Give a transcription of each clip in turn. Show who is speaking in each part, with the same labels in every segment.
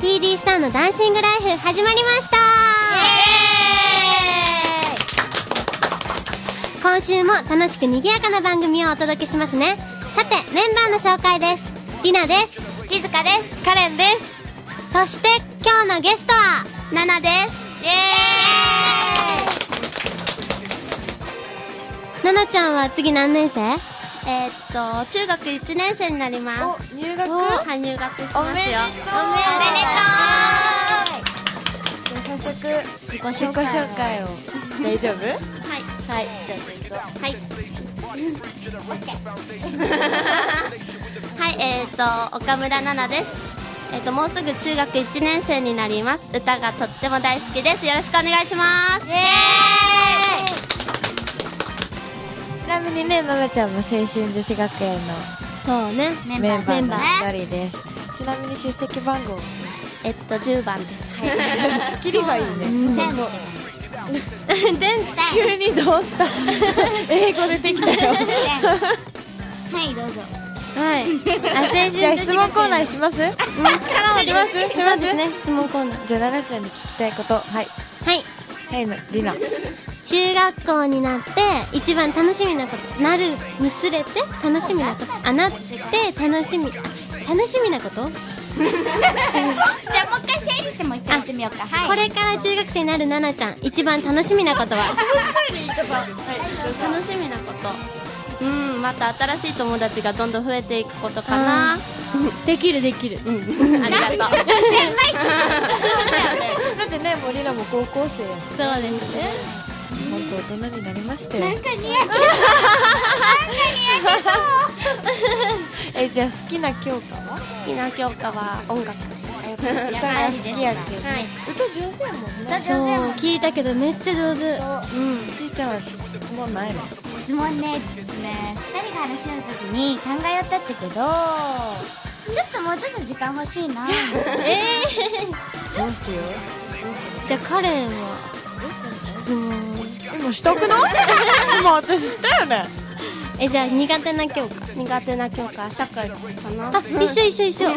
Speaker 1: CD スターのダンシングライフ始まりました今週も楽しく賑やかな番組をお届けしますねさてメンバーの紹介ですりなです
Speaker 2: ちずかですカレンです
Speaker 1: そして今日のゲストは
Speaker 2: ナナですイエ
Speaker 1: ななちゃんは次何年生
Speaker 2: ーイえー、っと中学1年生になります
Speaker 3: お入学
Speaker 2: はい入学しますよ
Speaker 3: おめでとうじゃあ早速
Speaker 2: 自己
Speaker 3: 自
Speaker 2: 紹
Speaker 3: 己
Speaker 2: 介
Speaker 3: 紹介を大丈夫
Speaker 2: はい
Speaker 3: はいじゃあどうぞ
Speaker 2: はい。はい、えっ、と、岡村奈々です。えっ、と、もうすぐ中学1年生になります。歌がとっても大好きです。よろしくお願いします。イエ
Speaker 3: ちなみにねななちゃんも青春女子学園の
Speaker 1: そうね
Speaker 2: メ
Speaker 3: メンバー
Speaker 2: メン
Speaker 3: の
Speaker 2: バ
Speaker 3: 一人ですちなみに出席番号
Speaker 2: えっと、10番です。
Speaker 3: 切りがいいね
Speaker 2: 全然。
Speaker 3: 急にどうした英語出てきた よ
Speaker 2: はい、どうぞ。
Speaker 1: はいあ成人
Speaker 3: じゃあ質問コーナー
Speaker 1: し
Speaker 3: しま
Speaker 1: ま
Speaker 3: す
Speaker 1: す
Speaker 3: しますします
Speaker 1: そうですね質問コーナー
Speaker 3: じゃあななちゃんに聞きたいことはい
Speaker 1: はい
Speaker 3: はいのりな
Speaker 1: 中学校になって一番楽しみなことなるにつれて楽しみなことあなって楽しみあ楽しみなこと、
Speaker 2: じゃあ、もう一回整理してもう一回やってみようか。
Speaker 1: これから中学生になるななちゃん一番楽しみなことは
Speaker 2: 楽しみなこと。うん、また新しい友達がどんどん増えていくことかな。
Speaker 1: できるできる
Speaker 2: うん、ありがとう。
Speaker 3: だってねもうりなも高校生やも
Speaker 1: そ
Speaker 3: ん
Speaker 1: うですね
Speaker 3: 本当大人になりましたよ
Speaker 2: かにや
Speaker 3: えじゃあ好きな教科は
Speaker 2: 好きな教科は音楽
Speaker 3: 歌が好きやけど
Speaker 2: はい
Speaker 3: 歌上手やもんね
Speaker 1: そう聞いたけどめっちゃ上手
Speaker 3: うんちいちゃんは質問ないの
Speaker 4: 質問ねちょっとね2人が話し合う時に考えよったっちゃけどちょっともうちょっと時間欲しいな
Speaker 1: え
Speaker 3: どうしよ
Speaker 1: ー、じゃあカレンは質問
Speaker 3: うでもした くない今私したよね
Speaker 1: えじゃあ苦手な教科
Speaker 2: 苦手な教科は社会かな
Speaker 1: あ一緒一緒一緒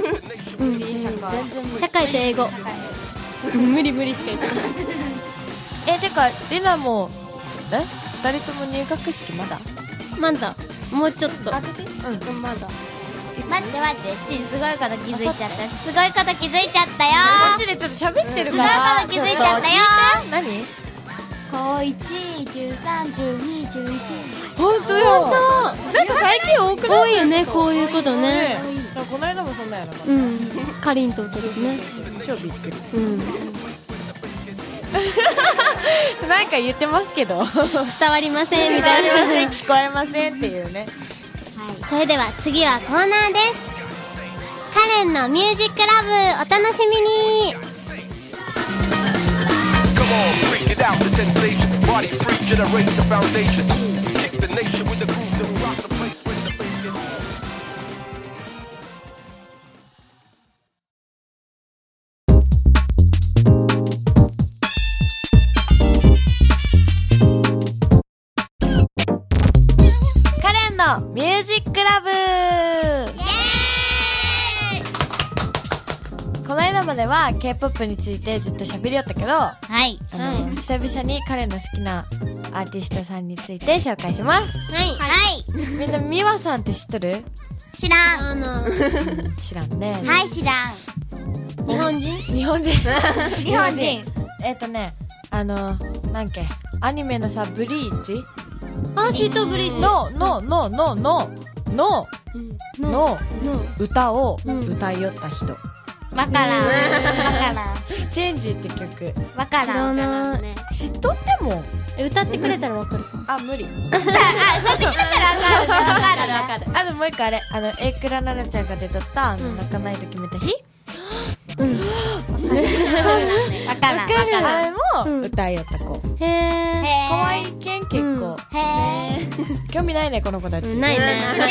Speaker 1: 社会と英語無理無理しか言ってない
Speaker 3: えてかりなもえ二人とも入学式まだ
Speaker 1: まだもうちょっと
Speaker 4: 私
Speaker 2: うんまだ
Speaker 4: 待って待ってちすごいこと気づいちゃったすごいこと気づいちゃったよ
Speaker 3: こっちでちょっと喋ってる
Speaker 4: すごい
Speaker 3: から
Speaker 4: こと気づいちゃったよ
Speaker 3: た何
Speaker 4: 高一十三十二十一
Speaker 3: 本当よなんか最近多くない
Speaker 1: 多いよねこういうことね
Speaker 3: ねなんかこの間もそんなんやろ
Speaker 1: うんかりんとうとですね
Speaker 3: 超びっくり
Speaker 1: うん
Speaker 3: なんか言ってますけど
Speaker 1: 伝わりませんみたいな
Speaker 3: 聞こえませんっていうね
Speaker 1: それでは次はコーナーですカレンのミュージックラブお楽しみに
Speaker 5: Come on, break it out, the sensation. Body free, generate the foundation. Kick the nation with the groove that will rock the place with the bacon.
Speaker 3: カレンのミュージックラブこの間までは k p o p についてずっと喋りよったけどあ
Speaker 4: はい
Speaker 3: の、久々にカレンの好きなアーティストさんについて紹介し ます
Speaker 4: はいはい
Speaker 3: みんなミワさんって知っとる
Speaker 4: 知らん
Speaker 1: あの
Speaker 3: 知らんね、
Speaker 4: はい知らん
Speaker 1: 日本 人
Speaker 3: 日本人
Speaker 4: 日本人
Speaker 3: えっとねあのなんけアニメのさブリーチ
Speaker 1: あシートブリッジ
Speaker 3: ののののののの
Speaker 1: の
Speaker 3: 歌を
Speaker 1: うん
Speaker 3: 歌いよった人、
Speaker 4: わからんわからん
Speaker 3: チェンジって曲
Speaker 4: わか
Speaker 1: 知
Speaker 4: ら
Speaker 1: ら
Speaker 4: ん
Speaker 1: ない
Speaker 3: 知っとっても
Speaker 1: え歌ってくれたらわかるかも
Speaker 3: あ無理
Speaker 4: わかるわかるわかる
Speaker 3: あともう一個あれあのエイクラナナちゃんが出とった「あの泣かないと決めた日」
Speaker 4: わからん
Speaker 3: あれ
Speaker 1: うん
Speaker 3: も歌いよった子
Speaker 1: へえ
Speaker 3: 可
Speaker 4: へ
Speaker 3: 愛いけん結構、
Speaker 4: えへえ
Speaker 3: 興味ないねこの子たち、
Speaker 1: ないね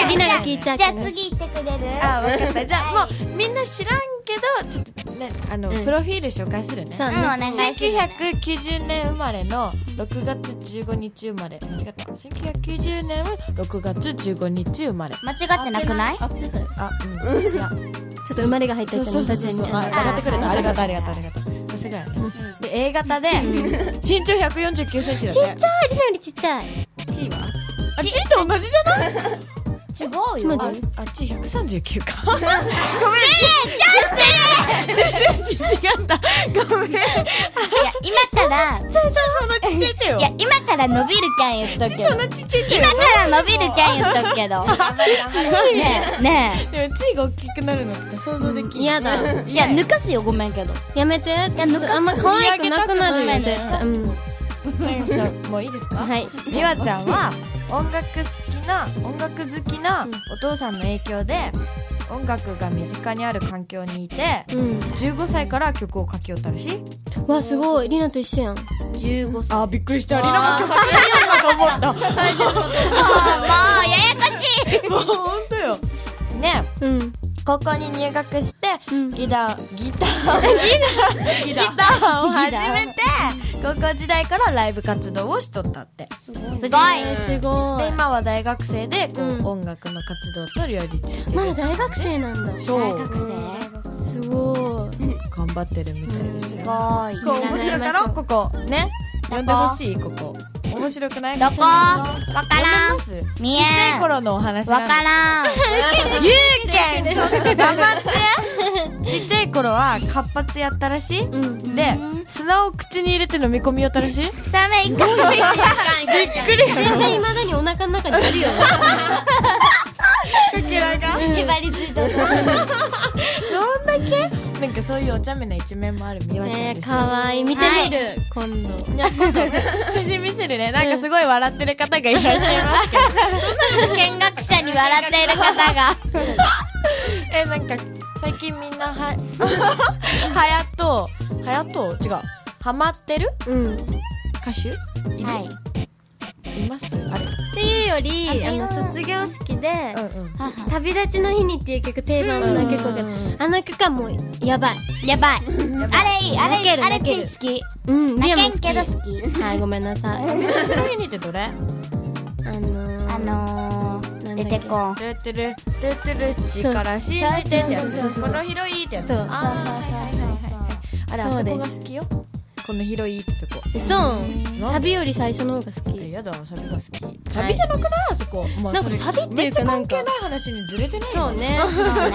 Speaker 1: リナが聞いちゃう
Speaker 4: じ
Speaker 1: け
Speaker 4: ゃあ
Speaker 1: ど
Speaker 4: 次行ってくれる
Speaker 3: あ分かったじゃあもうみんな知らんけどちょっとねあの、プロフィール紹介するね
Speaker 1: そう
Speaker 4: うん
Speaker 1: ね
Speaker 4: お願いする
Speaker 3: 1990年生まれの6月15日生まれ間違った1990年6月15日生まれ
Speaker 4: 間違ってなくない
Speaker 1: 合ってたよ
Speaker 3: あうんいや
Speaker 1: ちょっと生まれが入っち
Speaker 3: そ
Speaker 1: ゃ
Speaker 3: う
Speaker 1: った
Speaker 3: そう
Speaker 1: の
Speaker 3: そう
Speaker 1: 途
Speaker 3: そ
Speaker 1: 中
Speaker 3: う
Speaker 1: に
Speaker 3: 上
Speaker 1: ね
Speaker 3: がってくれたありがとうありがとうありがとうさすがやねで A 型で身長1 4 9センチだ
Speaker 1: ちっ
Speaker 3: ね
Speaker 1: ちゃいりなよりちっちゃい
Speaker 3: T はあ T と同じじゃない
Speaker 4: 違う
Speaker 1: 気
Speaker 4: よ
Speaker 1: 持ち悪い
Speaker 3: あっち139か。 ごめん。チェレチャンスレ違った。ごめん。
Speaker 4: いや今から
Speaker 3: そんなちっちゃい
Speaker 4: い
Speaker 3: 手
Speaker 4: や
Speaker 3: よ。
Speaker 4: 今から伸びるキャン言っとくけど
Speaker 3: そんなちっちゃい手よ
Speaker 4: 今。から伸びるキャン言っとくけどねえね
Speaker 3: でもチーが大きくなるのとか想像できる。
Speaker 1: 嫌だ
Speaker 4: えいや抜かすよごめんけど
Speaker 1: やめてあんま可愛くなくなるよ
Speaker 3: 見上
Speaker 1: 絶
Speaker 3: げたくな
Speaker 1: 対
Speaker 3: る
Speaker 1: うん
Speaker 3: なんかさもういいですか。
Speaker 1: はい
Speaker 3: 美和ちゃんは音楽好きな音楽好きなお父さんの影響で音楽が身近にある環境にいて。
Speaker 1: うん
Speaker 3: 15歳から曲を書きよったらしい
Speaker 1: わすごいりなと一緒やん
Speaker 4: 15歳
Speaker 3: あーびっくりしたリナも曲書きようかと思った もう本当よねえ
Speaker 1: うん
Speaker 3: 高校に入学して、
Speaker 1: うん
Speaker 3: ギター ギターギターを始めて高校時代からライブ活動をしとったって
Speaker 4: すご
Speaker 1: え
Speaker 4: い
Speaker 1: ーすご
Speaker 3: で
Speaker 1: い
Speaker 3: 今は大学生でこう、
Speaker 1: うん
Speaker 3: 音楽の活動と両立してる
Speaker 1: まだ大学生なんだ
Speaker 3: そう
Speaker 4: 大学生
Speaker 1: すごい
Speaker 3: 頑張ってるみたいですよ、
Speaker 4: ごい
Speaker 3: こう面白かろここね呼んでほしいここ面白くないどこ
Speaker 4: こわからん
Speaker 3: ますちっ
Speaker 4: 見
Speaker 3: ちゃ
Speaker 4: え
Speaker 3: い
Speaker 4: んわ
Speaker 3: 頃のお話なんで
Speaker 4: からん
Speaker 3: ゆうけんちょっと頑 張ってちっちゃい頃は活発やったらしい、
Speaker 1: うん
Speaker 3: で砂を口に入れて飲み込みよったらしいびっ
Speaker 4: ダメいかん
Speaker 3: くりやろ
Speaker 1: 絶対未だにお腹の中にいるよね
Speaker 3: かけらが
Speaker 4: へばりついとる
Speaker 3: どんだけなんかそういうお茶目な一面もあるみわちゃん
Speaker 1: ね
Speaker 3: で
Speaker 1: え
Speaker 3: す、
Speaker 1: かわいい見てみる今度
Speaker 3: 写真見せるねなんかすごい笑ってる方がいらっしゃいますけど
Speaker 4: 見学者に笑っている方が
Speaker 3: えなんか最近みんなは はやとはやと違うハマってる
Speaker 1: うんっ
Speaker 3: 歌手いる、
Speaker 4: はい
Speaker 3: い、ますあ
Speaker 1: ていうよりあ
Speaker 4: あ
Speaker 1: の
Speaker 4: の
Speaker 1: 卒業式で
Speaker 3: れうんうん
Speaker 1: 「旅立ちの日に」っていう曲定番の曲が
Speaker 3: うん
Speaker 1: あの曲はもうやばい
Speaker 4: やばいあれいいあれい
Speaker 1: 泣
Speaker 4: い
Speaker 1: ける
Speaker 4: あれ
Speaker 1: 泣ける
Speaker 4: 好き
Speaker 1: うんリアも
Speaker 4: 泣
Speaker 1: 好き
Speaker 4: けんけど好き
Speaker 1: はいごめんなさい
Speaker 3: その日にってどれ
Speaker 1: あのー
Speaker 4: あの
Speaker 1: な
Speaker 4: ー
Speaker 1: んだっ
Speaker 4: 出
Speaker 1: け
Speaker 4: てこん
Speaker 3: てってるてってるちからしいちってや
Speaker 1: そうそ
Speaker 3: つ
Speaker 1: う
Speaker 3: この広いってやつ
Speaker 1: そう
Speaker 3: あーはいはいはいはいあれあ
Speaker 1: そう
Speaker 3: そ
Speaker 1: で
Speaker 3: こ
Speaker 1: す
Speaker 3: が好きよこの広いってとこ
Speaker 1: そうサビより最初の方が好
Speaker 3: え
Speaker 1: き
Speaker 3: やだサビが好きサビじゃなくないあそこまあ
Speaker 1: なんか
Speaker 3: それ
Speaker 1: サビって
Speaker 3: め
Speaker 1: い
Speaker 3: っ
Speaker 1: う
Speaker 3: ち
Speaker 1: か
Speaker 3: ゃ
Speaker 1: なん
Speaker 3: 関係
Speaker 1: か
Speaker 3: ない話にずれてない
Speaker 1: そうね
Speaker 4: そうねそう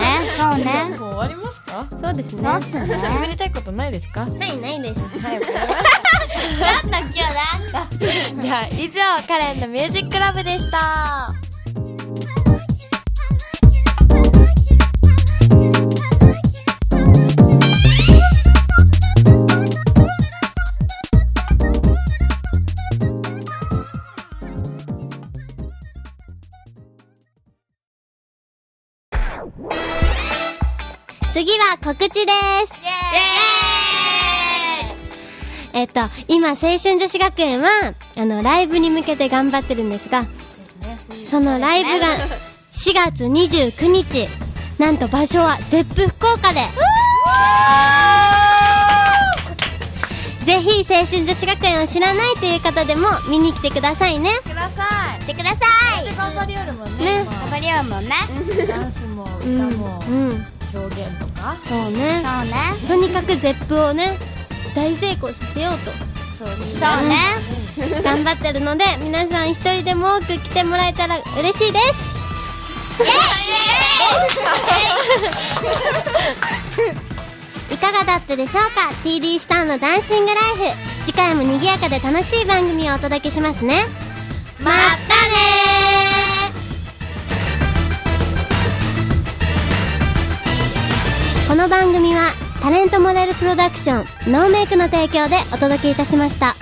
Speaker 4: ね
Speaker 3: もう終わりますか
Speaker 1: そうですね
Speaker 4: そうっすね
Speaker 3: 喋りたいことないですか
Speaker 1: はいないです
Speaker 4: ちょっと今日なんか
Speaker 3: じゃあ以上カレンのミュージックラブでした
Speaker 1: 次は告知ですえっと今青春女子学園はあのライブに向けて頑張ってるんですがそのライブが4月29日なんと場所は ZEP 福岡でぜひ青春女子学園を知らないという方でも見に来てくださいね
Speaker 3: ください
Speaker 4: てください
Speaker 3: 頑張りよるもん
Speaker 1: ね
Speaker 4: 頑張りようもんね
Speaker 3: ダンスも歌
Speaker 1: うん、
Speaker 3: も
Speaker 1: うん、
Speaker 3: 表現とか
Speaker 1: そうね
Speaker 4: そうね
Speaker 1: とにかく ZEP をね大成功させようと
Speaker 3: そうです
Speaker 4: そうね
Speaker 1: 頑張ってるので皆さん一人でも多く来てもらえたら嬉しいです いかがだったでしょうか TD スターのダンシングライフ次回も賑やかで楽しい番組をお届けしますねまたねこの番組はタレントモデルプロダクションノーメイクの提供でお届けいたしました。